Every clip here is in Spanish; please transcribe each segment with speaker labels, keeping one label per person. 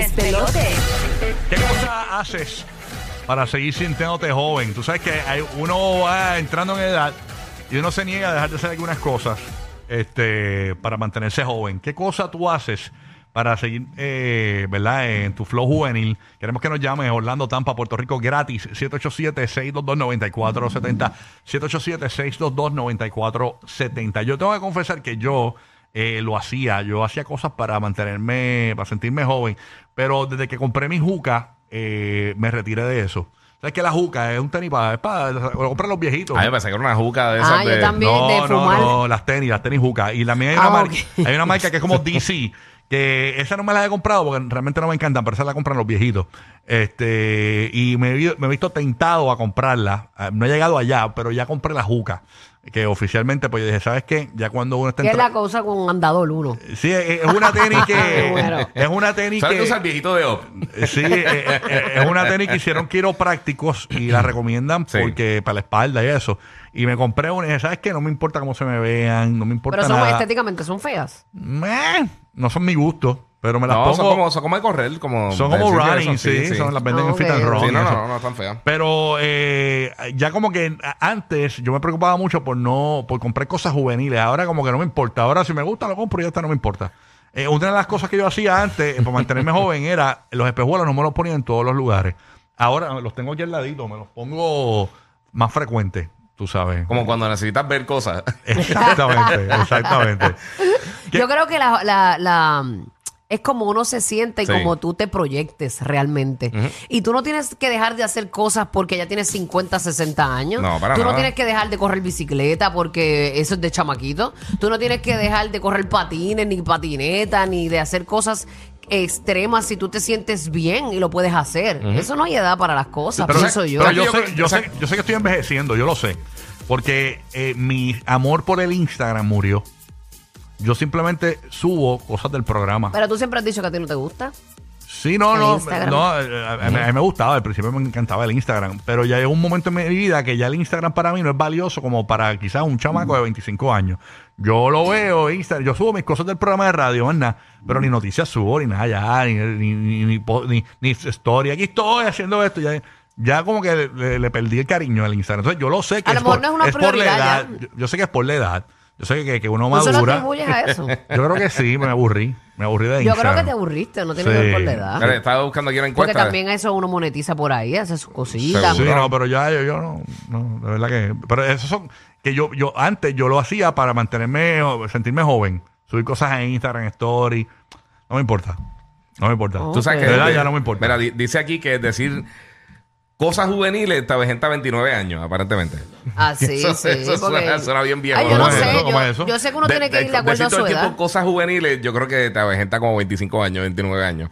Speaker 1: despelote.
Speaker 2: ¿Qué cosa haces para seguir sintiéndote joven? Tú sabes que hay- uno va entrando en edad y uno se niega a dejar de hacer algunas cosas este, para mantenerse joven. ¿Qué cosa tú haces para seguir, eh, verdad, en tu flow juvenil? Queremos que nos llames Orlando Tampa, Puerto Rico, gratis. 787-622-9470. 787-622-9470. Yo tengo que confesar que yo eh, lo hacía. Yo hacía cosas para mantenerme, para sentirme joven. Pero desde que compré mi juca, eh, me retiré de eso. ¿Sabes que la juca es un tenis para, es para lo compran los viejitos?
Speaker 3: Ay, me pensé que era una juca de esas
Speaker 1: Ah, yo
Speaker 3: de-
Speaker 1: también.
Speaker 2: no,
Speaker 1: de
Speaker 2: no,
Speaker 1: fumar.
Speaker 2: no, las tenis, las tenis juca. Y la mía hay una,
Speaker 1: Ah,
Speaker 2: mar-
Speaker 1: ok.
Speaker 2: hay una marca que es como DC, que esa no me la he comprado porque realmente no me encantan, pero esa la compran los viejitos. Este, y me, he vi- me he visto tentado a comprarla. Ah, No he llegado allá, pero ya compré la juca. Que oficialmente, pues yo dije, ¿sabes qué? Ya cuando uno está
Speaker 1: ¿Qué es
Speaker 2: entra-
Speaker 1: la cosa con andador uno?
Speaker 2: Sí, es es una tenis
Speaker 1: Ah,
Speaker 2: que.
Speaker 1: Me muero.
Speaker 2: es una tenis
Speaker 3: ¿Sabes
Speaker 2: que.
Speaker 3: qué usa el viejito de Op?
Speaker 2: Sí, eh, eh, eh, es una tenis que hicieron quiroprácticos y la recomiendan
Speaker 3: Sí.
Speaker 2: porque para la espalda y eso. Y me compré una y dije, ¿sabes qué? No me importa cómo se me vean, no me importa
Speaker 1: Pero son
Speaker 2: nada.
Speaker 1: estéticamente, son feas.
Speaker 2: Meh, no son mi gusto, pero me las
Speaker 3: No,
Speaker 2: pongo.
Speaker 3: son como, son como de correr, como.
Speaker 2: son como
Speaker 3: de-
Speaker 2: running, sí, son las venden
Speaker 1: Ah,
Speaker 2: en fit and
Speaker 1: ok.
Speaker 2: run.
Speaker 3: Sí,
Speaker 2: y
Speaker 3: no, no,
Speaker 2: eso.
Speaker 3: no, no, están feas.
Speaker 2: Pero eh, ya como que a- antes yo me preocupaba mucho por no por comprar cosas juveniles. Ahora como que no me importa. Ahora si me gusta lo compro y hasta no me importa. Eh, una de las cosas que yo hacía antes eh, para mantenerme joven era los espejuelos no me los ponía en todos los lugares. Ahora los tengo aquí al ladito, me los pongo más frecuente, tú sabes.
Speaker 3: Como cuando necesitas ver cosas.
Speaker 2: Exactamente, exactamente. ¿Qué?
Speaker 1: Yo creo que la, la- la- mm, es como uno se siente y
Speaker 3: Sí.
Speaker 1: como tú te proyectes realmente. Y tú no tienes que dejar de hacer cosas porque ya tienes 50, 60 años.
Speaker 3: No, para
Speaker 1: tú no
Speaker 3: nada.
Speaker 1: tienes que dejar de correr bicicleta porque eso es de chamaquito. Tú no tienes que dejar de correr patines, ni patineta, ni de hacer cosas extremas si tú te sientes bien y lo puedes hacer. Eso no hay edad para las cosas,
Speaker 2: Pero,
Speaker 1: pienso
Speaker 2: sé-
Speaker 1: yo.
Speaker 2: pero yo,
Speaker 3: Yo creo
Speaker 2: sé,
Speaker 3: que-
Speaker 2: yo,
Speaker 3: o sea-
Speaker 2: sé, yo sé que estoy envejeciendo, yo lo sé. Porque eh, mi amor por el Instagram murió. Yo simplemente subo cosas del programa.
Speaker 1: Pero tú siempre has dicho que a ti no te gusta.
Speaker 2: Sí, no,
Speaker 1: El
Speaker 2: no,
Speaker 1: Instagram.
Speaker 2: no, eh, a, a- a mí me gustaba, al principio me encantaba el Instagram, pero ya llegó un momento en mi vida que ya el Instagram para mí no es valioso como para quizás un chamaco de 25 años. Yo lo veo, Instagram, yo subo mis cosas del programa de radio, más nada, pero ni noticias subo, ni nada, ya, ni, ni, ni, ni po- ni- ni story, aquí estoy haciendo esto, ya, ya como que le, le perdí el cariño al Instagram. Entonces yo lo sé que
Speaker 1: A lo
Speaker 2: es,
Speaker 1: mejor
Speaker 2: por,
Speaker 1: no es una
Speaker 2: es por la
Speaker 1: prioridad
Speaker 2: edad,
Speaker 1: ya.
Speaker 2: yo, yo sé que es por la edad, yo sé que, que uno
Speaker 1: Tú solo
Speaker 2: madura.
Speaker 1: atribuyes a eso.
Speaker 2: Yo creo que sí, me aburrí, me aburrí de
Speaker 1: Yo
Speaker 2: Instagram.
Speaker 1: creo que te aburriste, no tiene
Speaker 2: Sí.
Speaker 1: que ver con la edad.
Speaker 3: Mira, Estaba buscando aquí una
Speaker 1: Ah. Porque
Speaker 3: encuesta.
Speaker 1: también eso uno monetiza por ahí, hace sus cositas.
Speaker 2: Sí,
Speaker 3: Seguro.
Speaker 2: no, pero ya yo, yo no, no, la verdad que. Pero esos son. Que yo, yo antes yo lo hacía para mantenerme, jo- sentirme joven. Subir cosas en Instagram, Story. No me importa. No me importa.
Speaker 1: Oh.
Speaker 3: Tú sabes
Speaker 1: Ok.
Speaker 3: que.
Speaker 2: De verdad, ya no me importa.
Speaker 3: Mira, di- dice aquí que decir cosas juveniles te avejenta 29 años, aparentemente.
Speaker 1: Así,
Speaker 3: Eso-
Speaker 1: Ah, sí.
Speaker 3: eso
Speaker 1: porque-
Speaker 3: suena- suena bien viejo.
Speaker 1: Ay, yo
Speaker 2: ¿Cómo
Speaker 1: no
Speaker 2: es
Speaker 1: sé.
Speaker 2: eso? ¿Cómo es
Speaker 1: Yo,
Speaker 2: eso?
Speaker 1: yo sé que uno
Speaker 3: De-
Speaker 1: tiene que
Speaker 3: de-
Speaker 1: ir de acuerdo
Speaker 3: decir
Speaker 1: a su
Speaker 3: todo el
Speaker 1: edad.
Speaker 3: tiempo cosas juveniles, yo creo que te avejenta como 25 años, 29 años.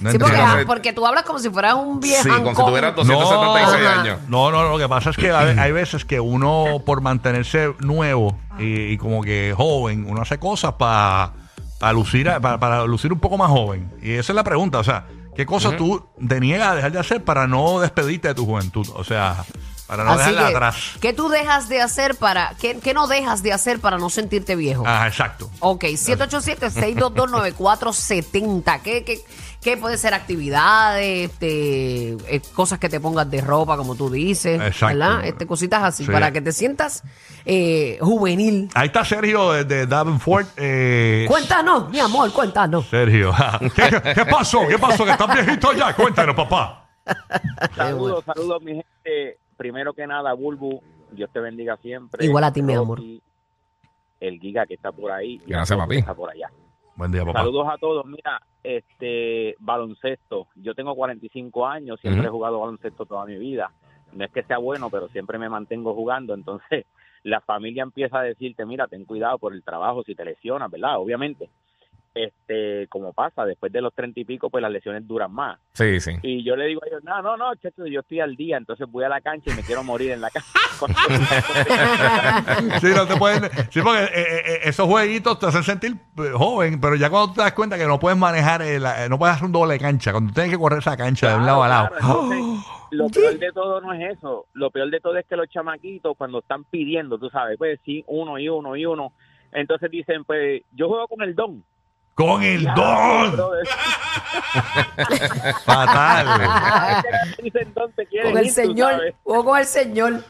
Speaker 2: No
Speaker 1: sí, porque,
Speaker 2: entiendo.
Speaker 1: ah, porque tú hablas como si fueras un viejo.
Speaker 3: sí, como si tuvieras 276
Speaker 1: Ajá.
Speaker 3: años.
Speaker 2: No, no, lo que pasa es que a ve- hay veces que uno, por mantenerse nuevo y, y como que joven, uno hace cosas para lucir, a- pa- para lucir un poco más joven. Y esa es la pregunta, o sea, ¿qué cosas tú te niegas a dejar de hacer para no despedirte de tu juventud? O sea, para no
Speaker 1: Así
Speaker 2: dejarla
Speaker 1: que,
Speaker 2: atrás.
Speaker 1: ¿qué tú dejas de hacer para. ¿Qué, qué no dejas de hacer para no sentirte viejo?
Speaker 2: Ah, exacto.
Speaker 1: Ok, 787-622-9470. ¿Qué, qué, qué puede ser actividades, este, eh, cosas que te pongas de ropa, como tú dices?
Speaker 2: Exacto.
Speaker 1: ¿Verdad? Este, cositas así,
Speaker 2: Sí.
Speaker 1: para que te sientas eh, juvenil.
Speaker 2: Ahí está Sergio de, de Davenport. eh,
Speaker 1: Cuéntanos, mi amor, cuéntanos.
Speaker 2: Sergio. ¿Qué, qué pasó? ¿Qué pasó? Que estás viejito ya. Cuéntanos, papá.
Speaker 4: Saludos, saludos, mi gente. Primero que nada, Bulbu, Dios te bendiga siempre.
Speaker 1: Igual a ti, mi amor.
Speaker 4: Rocky, El Giga que está por ahí. y
Speaker 3: Gracias,
Speaker 4: a todos
Speaker 3: papi.
Speaker 4: que Está por allá.
Speaker 2: Buen día, papá.
Speaker 4: Saludos a todos. Mira, este baloncesto. Yo tengo 45 años, siempre
Speaker 3: Ujú.
Speaker 4: he jugado baloncesto toda mi vida. No es que sea bueno, pero siempre me mantengo jugando. Entonces, la familia empieza a decirte, mira, ten cuidado por el trabajo si te lesionas, ¿verdad? Obviamente. Este, como pasa, después de los 30 y pico, pues las lesiones duran más.
Speaker 3: Sí, sí.
Speaker 4: Y yo le digo a ellos, no, no, no, chacho, yo estoy al día, entonces voy a la cancha y me quiero morir en la cancha.
Speaker 2: Sí, no te pueden- sí, porque eh, eh, eh, esos jueguitos te hacen sentir eh, joven, pero ya cuando te das cuenta que no puedes manejar, eh, la- eh, no puedes hacer un doble cancha, cuando tienes que correr esa cancha de un lado a lado.
Speaker 4: Claro, entonces, lo peor de todo no es eso, lo peor de todo es que los chamaquitos cuando están pidiendo, tú sabes, pues sí, uno y uno y uno, entonces dicen, pues yo juego con el don.
Speaker 2: Con el don.
Speaker 4: Brother,
Speaker 2: Fatal.
Speaker 4: dicen, "Don, te quieren
Speaker 1: Con el
Speaker 4: ir", tú
Speaker 1: señor.
Speaker 4: sabes.
Speaker 1: Jugó con el señor.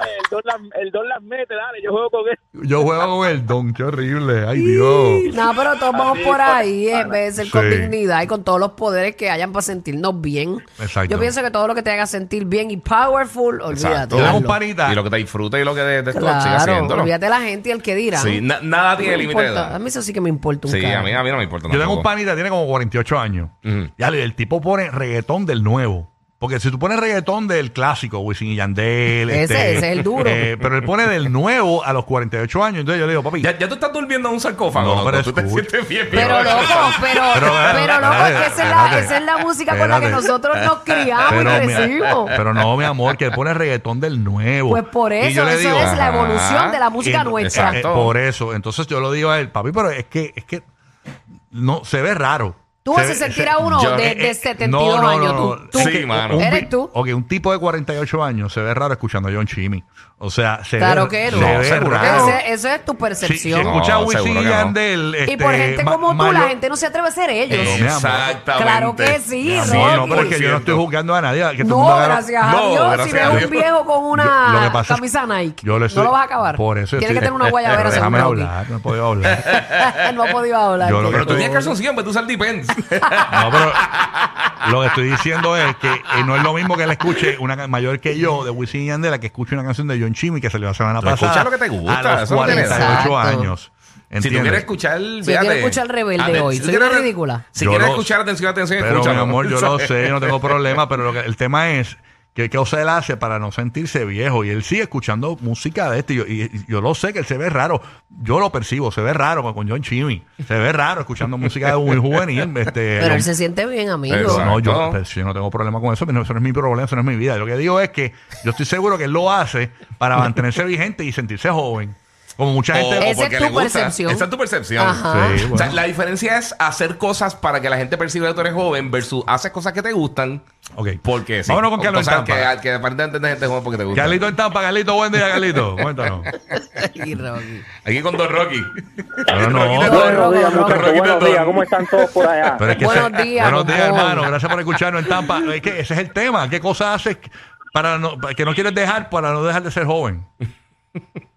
Speaker 4: El don, las, el don las mete, dale, yo juego con él.
Speaker 2: Yo juego con el don, qué horrible. Ay, Dios.
Speaker 1: No, pero todos vamos
Speaker 4: Así,
Speaker 1: por
Speaker 4: por-
Speaker 1: ahí, en vez de ser con
Speaker 2: Oh. Sí.
Speaker 1: dignidad y con todos los poderes que hayan para sentirnos bien.
Speaker 2: Exacto.
Speaker 1: Yo pienso que todo lo que te haga sentir bien y powerful, olvídate.
Speaker 3: Exacto.
Speaker 2: Yo tengo un
Speaker 1: hazlo.
Speaker 2: panita.
Speaker 3: Y lo que te disfruta y lo que te, te sigue
Speaker 1: Claro,
Speaker 3: haciéndolo.
Speaker 1: olvídate la gente y el que dirá.
Speaker 3: Sí, na- nada tiene
Speaker 1: me
Speaker 3: límite de
Speaker 1: importa. A
Speaker 3: edad.
Speaker 1: mí eso sí que me importa un
Speaker 3: Sí,
Speaker 1: carajo.
Speaker 3: a mí, a mí no me importa.
Speaker 2: Yo tengo un
Speaker 3: tampoco.
Speaker 2: panita, tiene como 48 años.
Speaker 3: Ujú.
Speaker 2: Ya, el tipo pone reggaetón del nuevo. Porque si tú pones reggaetón del clásico, Wisin y Yandel.
Speaker 1: Ese-
Speaker 2: este,
Speaker 1: ese es el duro.
Speaker 2: eh, pero él pone del nuevo a los 48 años. Entonces yo le digo, papi.
Speaker 3: Ya, ya tú estás durmiendo en un sarcófago.
Speaker 2: No, pero
Speaker 3: loco. tú te
Speaker 2: escucha.
Speaker 3: sientes bien,
Speaker 1: Pero
Speaker 3: bien.
Speaker 1: loco, eh, pero, pero,
Speaker 2: Pero,
Speaker 1: loco, es que esa es la,
Speaker 2: espérate.
Speaker 1: esa es la música con la que
Speaker 2: Espérate.
Speaker 1: nosotros nos criamos y
Speaker 2: mi-
Speaker 1: crecimos.
Speaker 2: pero no, mi amor, que él pone reggaetón del nuevo.
Speaker 1: Pues por
Speaker 2: Y
Speaker 1: eso,
Speaker 2: yo le
Speaker 1: eso
Speaker 2: digo, ah,
Speaker 1: es la
Speaker 3: ajá,
Speaker 1: evolución de la música
Speaker 2: Y-
Speaker 1: nuestra.
Speaker 2: eh,
Speaker 3: Exacto.
Speaker 2: por eso. Entonces yo lo digo a él, papi, pero es que, es que no, se ve raro.
Speaker 1: Tú
Speaker 2: Se
Speaker 1: haces
Speaker 2: ve-
Speaker 1: sentir
Speaker 2: se-
Speaker 1: a uno
Speaker 3: yo-
Speaker 1: de,
Speaker 3: eh,
Speaker 1: de
Speaker 2: eh,
Speaker 1: 72
Speaker 2: no, no,
Speaker 1: años.
Speaker 2: no,
Speaker 1: tú,
Speaker 2: no.
Speaker 1: tú.
Speaker 3: Sí,
Speaker 1: que-
Speaker 3: mano.
Speaker 2: un
Speaker 1: Eres
Speaker 2: pi-
Speaker 1: tú.
Speaker 2: Ok, un tipo de 48 años se ve raro escuchando a John Chimmy. O sea, se
Speaker 1: Claro
Speaker 2: ve,
Speaker 1: que
Speaker 2: se
Speaker 1: no.
Speaker 2: ve
Speaker 3: seguro que
Speaker 2: raro.
Speaker 3: no.
Speaker 1: Ese- eso es tu
Speaker 2: Si, si
Speaker 1: percepción.
Speaker 2: escucha a
Speaker 3: No,
Speaker 2: Wisin
Speaker 3: seguro
Speaker 2: y
Speaker 3: que no.
Speaker 2: Yandel,
Speaker 1: y por
Speaker 2: este,
Speaker 1: gente
Speaker 2: ma-
Speaker 1: como tú,
Speaker 2: mayor-
Speaker 1: la gente no se atreve a ser ellos.
Speaker 2: Eh, mi amor.
Speaker 3: Exactamente.
Speaker 1: claro que sí,
Speaker 2: Mi amor,
Speaker 1: Rocky.
Speaker 2: no, porque yo no estoy juzgando a nadie. Que todo el
Speaker 1: No,
Speaker 2: mundo haga-
Speaker 1: gracias a
Speaker 3: No,
Speaker 1: Dios. si
Speaker 3: gracias
Speaker 1: ves
Speaker 3: a
Speaker 1: un
Speaker 3: Dios.
Speaker 1: viejo con
Speaker 2: Yo- lo
Speaker 1: una
Speaker 2: que pasa es-
Speaker 1: camisa Nike,
Speaker 2: Yo le estoy-
Speaker 1: no lo vas a acabar.
Speaker 2: Por eso
Speaker 1: Tienes que
Speaker 2: estoy- eh,
Speaker 1: tener una guayabera
Speaker 2: Pero
Speaker 1: según
Speaker 2: déjame
Speaker 1: Rocky.
Speaker 2: hablar, no he podido hablar.
Speaker 1: no ha podido hablar.
Speaker 2: Yo lo
Speaker 3: Pero tú
Speaker 2: que-
Speaker 3: tienes calzoncillo, pero tú usas el Depends.
Speaker 2: No, pero lo que estoy diciendo es que eh, no es lo mismo que él escuche una can- mayor que yo de Wisin y Yandel a que escuche una canción de John Chimmy que salió la semana
Speaker 3: Pero
Speaker 2: pasada.
Speaker 3: escucha lo que te gusta,
Speaker 2: A los
Speaker 3: eso no tiene
Speaker 2: 48
Speaker 1: nada. Exacto.
Speaker 2: años.
Speaker 3: Si tú
Speaker 2: ¿Entiendes?
Speaker 3: quieres escuchar. Ah,
Speaker 1: Si yo quiero escuchar el rebelde hoy, soy una ridícula.
Speaker 3: Si
Speaker 2: Yo
Speaker 3: quieres
Speaker 2: lo-
Speaker 3: escuchar atención, atención,
Speaker 2: Pero
Speaker 3: escúchalo.
Speaker 2: mi amor, yo lo sé, yo no tengo problema, pero lo que- el tema es que qué cosa él hace para no sentirse viejo y él sigue escuchando música de este y yo, y- y yo lo sé que él se ve raro, yo lo percibo, se ve raro con John Chimmy, se ve raro escuchando música de muy juvenil, este,
Speaker 1: Pero él
Speaker 2: yo-
Speaker 1: se siente bien, amigo.
Speaker 3: Exacto.
Speaker 2: no, yo, pero si yo no tengo problema con eso, pero eso no es mi problema, eso no es mi vida. Lo que digo es que yo estoy seguro que él lo hace para mantenerse vigente y sentirse joven. Como mucha gente...
Speaker 1: Esa es
Speaker 3: porque
Speaker 1: tu
Speaker 3: le gusta.
Speaker 1: percepción.
Speaker 3: Esa es tu percepción.
Speaker 1: Ajá.
Speaker 2: Sí, bueno.
Speaker 3: O sea, la diferencia es hacer cosas para que la gente perciba que tú eres joven versus haces cosas que te gustan.
Speaker 2: Ok.
Speaker 3: Porque sí.
Speaker 2: Vámonos con
Speaker 3: O
Speaker 2: Carlos en
Speaker 3: cosas
Speaker 2: Tampa.
Speaker 3: Que, que aparentemente la gente joven porque te gusta.
Speaker 2: Carlito en Tampa, Carlito, buen día, Carlito. Cuéntanos.
Speaker 1: Y Rocky.
Speaker 3: Aquí con Don Rocky.
Speaker 2: Pero no.
Speaker 3: Rocky de Don.
Speaker 1: Buenos
Speaker 4: Buenos
Speaker 1: días, Rocky.
Speaker 4: días, muchachos. Buenos días. ¿Cómo están todos por allá?
Speaker 2: Pero es que
Speaker 1: Buenos
Speaker 2: ese-
Speaker 1: días,
Speaker 2: Buenos días,
Speaker 1: amor.
Speaker 2: hermano. Gracias por escucharnos en Tampa. Es que ese es el tema. ¿Qué cosas haces para no- para que no quieres dejar para no dejar de ser joven?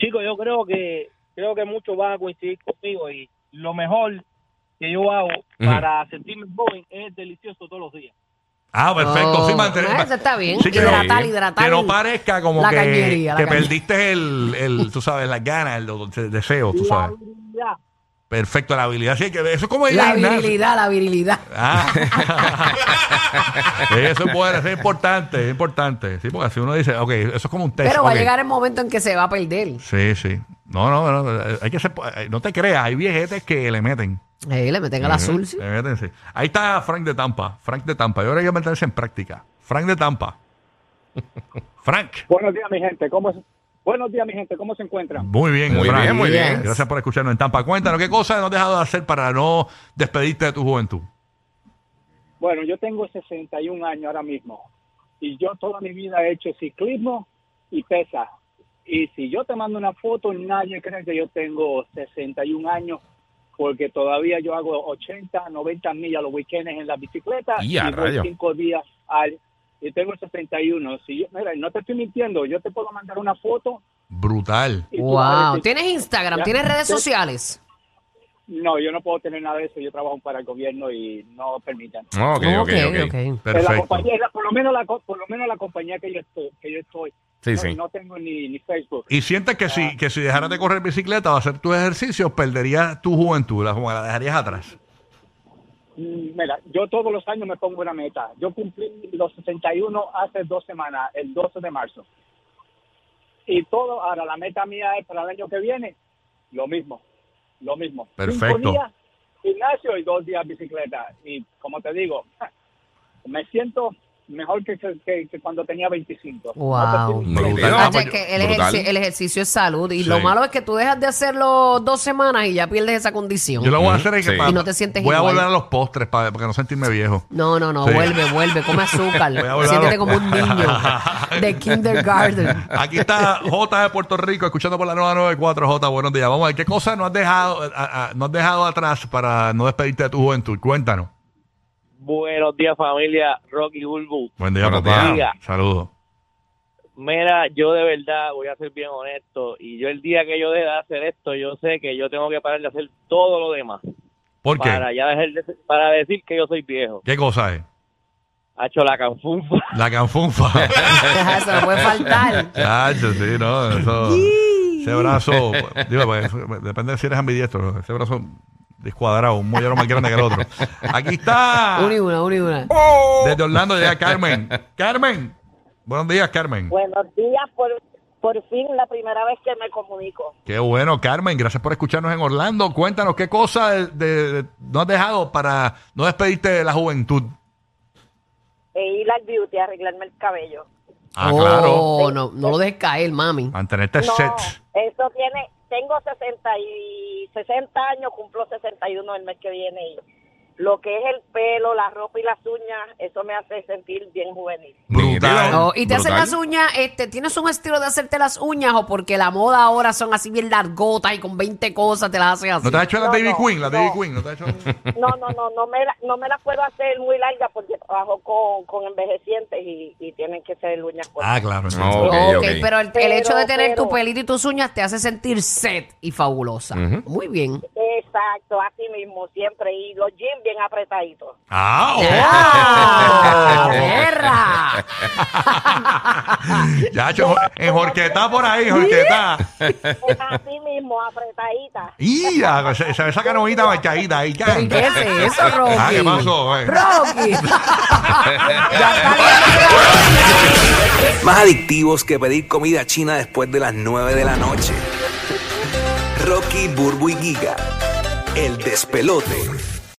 Speaker 5: Chicos, yo creo que creo que muchos van a coincidir conmigo y lo mejor que yo hago para sentirme joven es delicioso todos los días.
Speaker 2: Ah, perfecto.
Speaker 1: Oh,
Speaker 2: sí, mantener.
Speaker 1: eh, eso está bien.
Speaker 2: Sí, que no-
Speaker 1: hidratar, hidratar.
Speaker 2: Que no parezca como
Speaker 1: La
Speaker 2: que,
Speaker 1: cañería, la
Speaker 2: que
Speaker 1: cañería.
Speaker 2: perdiste el, el, tú sabes, las ganas, el, do- el deseo, tú
Speaker 5: La
Speaker 2: sabes.
Speaker 5: habilidad.
Speaker 2: Perfecto, la habilidad. Sí, que eso es como ir
Speaker 1: La
Speaker 2: al gimnasio.
Speaker 1: virilidad, la virilidad.
Speaker 2: Ah. Sí, eso es bueno, eso es importante, es importante. Sí, porque así uno dice, ok, eso es como un test.
Speaker 1: Pero va a
Speaker 2: ok.
Speaker 1: llegar el momento en que se va a perder.
Speaker 2: Sí, sí. No, no, no, hay que ser, eh, no te creas, hay viejetes que le meten.
Speaker 1: Eh, le meten al azul, sí.
Speaker 2: Le meten, sí. Ahí está Frank de Tampa, Frank de Tampa. Yo ahora hay que meterse en práctica. Frank de Tampa. Frank.
Speaker 5: Buenos días, mi gente. ¿Cómo se- Buenos días, mi gente. ¿Cómo se encuentran?
Speaker 2: Muy bien,
Speaker 3: Muy
Speaker 2: Frank.
Speaker 3: bien, muy
Speaker 1: bien.
Speaker 2: Gracias por escucharnos en Tampa. Cuéntanos qué cosas no has dejado de hacer para no despedirte de tu juventud.
Speaker 5: Bueno, yo tengo 61 años ahora mismo y yo toda mi vida he hecho ciclismo y pesa. Y si yo te mando una foto, nadie cree que yo tengo 61 años porque todavía yo hago 80, 90 millas los weekends en la bicicleta
Speaker 3: Y a
Speaker 5: voy
Speaker 3: rayo.
Speaker 5: cinco días al... Y tengo 61. Si yo, mira, no te estoy mintiendo, yo te puedo mandar una foto.
Speaker 2: Brutal.
Speaker 5: Y tú vas a
Speaker 1: Wow.
Speaker 5: decir,
Speaker 1: Tienes Instagram,
Speaker 5: Ya.
Speaker 1: tienes redes
Speaker 5: Sí.
Speaker 1: sociales.
Speaker 5: No, yo no puedo tener nada de eso. Yo trabajo para el gobierno y no permiten.
Speaker 3: Ok, ok, ok.
Speaker 1: ok.
Speaker 5: La
Speaker 2: Perfecto.
Speaker 5: compañía, la- por, lo menos la, co- por lo menos la compañía que yo estoy, que yo estoy
Speaker 3: Sí,
Speaker 5: no,
Speaker 3: sí.
Speaker 5: no tengo ni, ni Facebook.
Speaker 2: Y sientes que si, que si dejaras de correr bicicleta o hacer tus ejercicios, perderías tu juventud, la, como la dejarías atrás.
Speaker 5: Mm, Mira, yo todos los años me pongo una meta. Yo cumplí los 61 hace dos semanas, el 12 de marzo. Y todo, ahora la meta mía es para el año que viene, lo mismo, lo mismo.
Speaker 2: Perfecto.
Speaker 5: Cinco días gimnasio y dos días bicicleta. Y como te digo, me siento mejor que, que- que cuando tenía 25.
Speaker 1: Wow.
Speaker 3: No,
Speaker 2: Brutal. Ah,
Speaker 1: Cacha,
Speaker 3: pues, pues,
Speaker 1: es que el,
Speaker 3: brutal.
Speaker 1: ejerci- el ejercicio es salud y lo
Speaker 2: Sí.
Speaker 1: malo es que tú dejas de hacerlo dos semanas y ya pierdes esa condición.
Speaker 2: Yo lo voy a
Speaker 3: Ujú,
Speaker 2: hacer es que
Speaker 3: sí.
Speaker 2: pa-
Speaker 1: Y no te sientes
Speaker 2: voy a
Speaker 1: igual.
Speaker 2: volver a los postres para, para no sentirme viejo.
Speaker 1: No, no, no,
Speaker 2: Sí.
Speaker 1: vuelve, vuelve, come azúcar,
Speaker 2: Voy a volver a
Speaker 1: siéntete
Speaker 2: los-
Speaker 1: como un niño de kindergarten.
Speaker 2: Aquí está J de Puerto Rico, escuchando por la 994 J, buenos días. Vamos a ver, ¿qué cosas no has dejado, a- a- no has dejado atrás para no despedirte de tu juventud? Cuéntanos.
Speaker 6: Buenos días, familia Rocky Bulbu.
Speaker 2: Buen día,
Speaker 3: Buenos
Speaker 2: papá.
Speaker 6: días.
Speaker 2: Saludos.
Speaker 6: Mira, yo de verdad voy a ser bien honesto. Y yo, el día que yo deje de hacer esto, yo sé que yo tengo que parar de hacer todo lo demás.
Speaker 2: ¿Por qué?
Speaker 6: Para ya dejar de- para decir que yo soy viejo.
Speaker 2: ¿Qué cosa es?
Speaker 6: Ha hecho la canfunfa.
Speaker 2: La canfunfa.
Speaker 1: Ajá, Eso no puede faltar.
Speaker 2: Chacho, sí, no, eso- ese brazo, digo, pues, depende de si eres ambidiestro, ese brazo descuadrado, un mollero más grande que el otro. Aquí está.
Speaker 1: Una y una, una y una.
Speaker 2: Desde Orlando llega Carmen. Carmen. Buenos días, Carmen.
Speaker 7: Buenos días, por, por fin la primera vez que me comunico.
Speaker 2: Qué bueno, Carmen. Gracias por escucharnos en Orlando. Cuéntanos qué cosa de- de- de- no has dejado para no despedirte de la juventud.
Speaker 7: E ir al beauty a arreglarme el cabello.
Speaker 2: Ah,
Speaker 1: Oh,
Speaker 2: claro. Ah,
Speaker 1: No, no lo dejes caer, mami.
Speaker 2: Mantenerte
Speaker 7: no,
Speaker 2: set.
Speaker 7: eso tiene, tengo 60, y, 60 años, cumplo 61 el mes que viene y lo que es el pelo, la ropa y las uñas, eso me hace sentir bien juvenil.
Speaker 2: Brutal.
Speaker 1: Oh, y te hacen
Speaker 3: Brutal.
Speaker 1: las uñas, este, ¿tienes un estilo de hacerte las uñas o porque la moda ahora son así bien largotas y con 20 cosas te las haces así?
Speaker 2: ¿No te has hecho la
Speaker 7: No,
Speaker 2: David
Speaker 7: no,
Speaker 2: Queen? La
Speaker 7: no.
Speaker 2: David Queen. ¿No te has hecho?
Speaker 7: No, no, no, no me la, no me la puedo hacer muy larga porque trabajo con, con envejecientes y, y tienen que ser uñas cortas.
Speaker 2: ah, claro.
Speaker 3: No.
Speaker 1: Ok,
Speaker 2: entiendo.
Speaker 3: Ok, ok.
Speaker 1: pero el, el
Speaker 7: Pero,
Speaker 1: hecho de tener tu
Speaker 7: pero-
Speaker 1: pelito y tus uñas te hace sentir set y fabulosa.
Speaker 3: Ujú.
Speaker 1: Muy bien.
Speaker 7: Exacto, así mismo, siempre. Y los jeans bien apretaditos.
Speaker 2: Ah, oh.
Speaker 1: ¡Ah, perra!
Speaker 2: Ya, hecho, en Jorquetá por ahí, Jorquetá.
Speaker 7: Es así mismo, apretadita.
Speaker 2: Y ya, se se ve esa canoita marcadita ahí.
Speaker 1: ¿Pero y
Speaker 2: can.
Speaker 1: qué es eso, Rocky?
Speaker 2: Ah, ¿qué pasó? Eh.
Speaker 1: ¡Rocky! ya está liando.
Speaker 8: Más adictivos que pedir comida china después de las 9 de la noche. Rocky, Burbu y Giga. El despelote.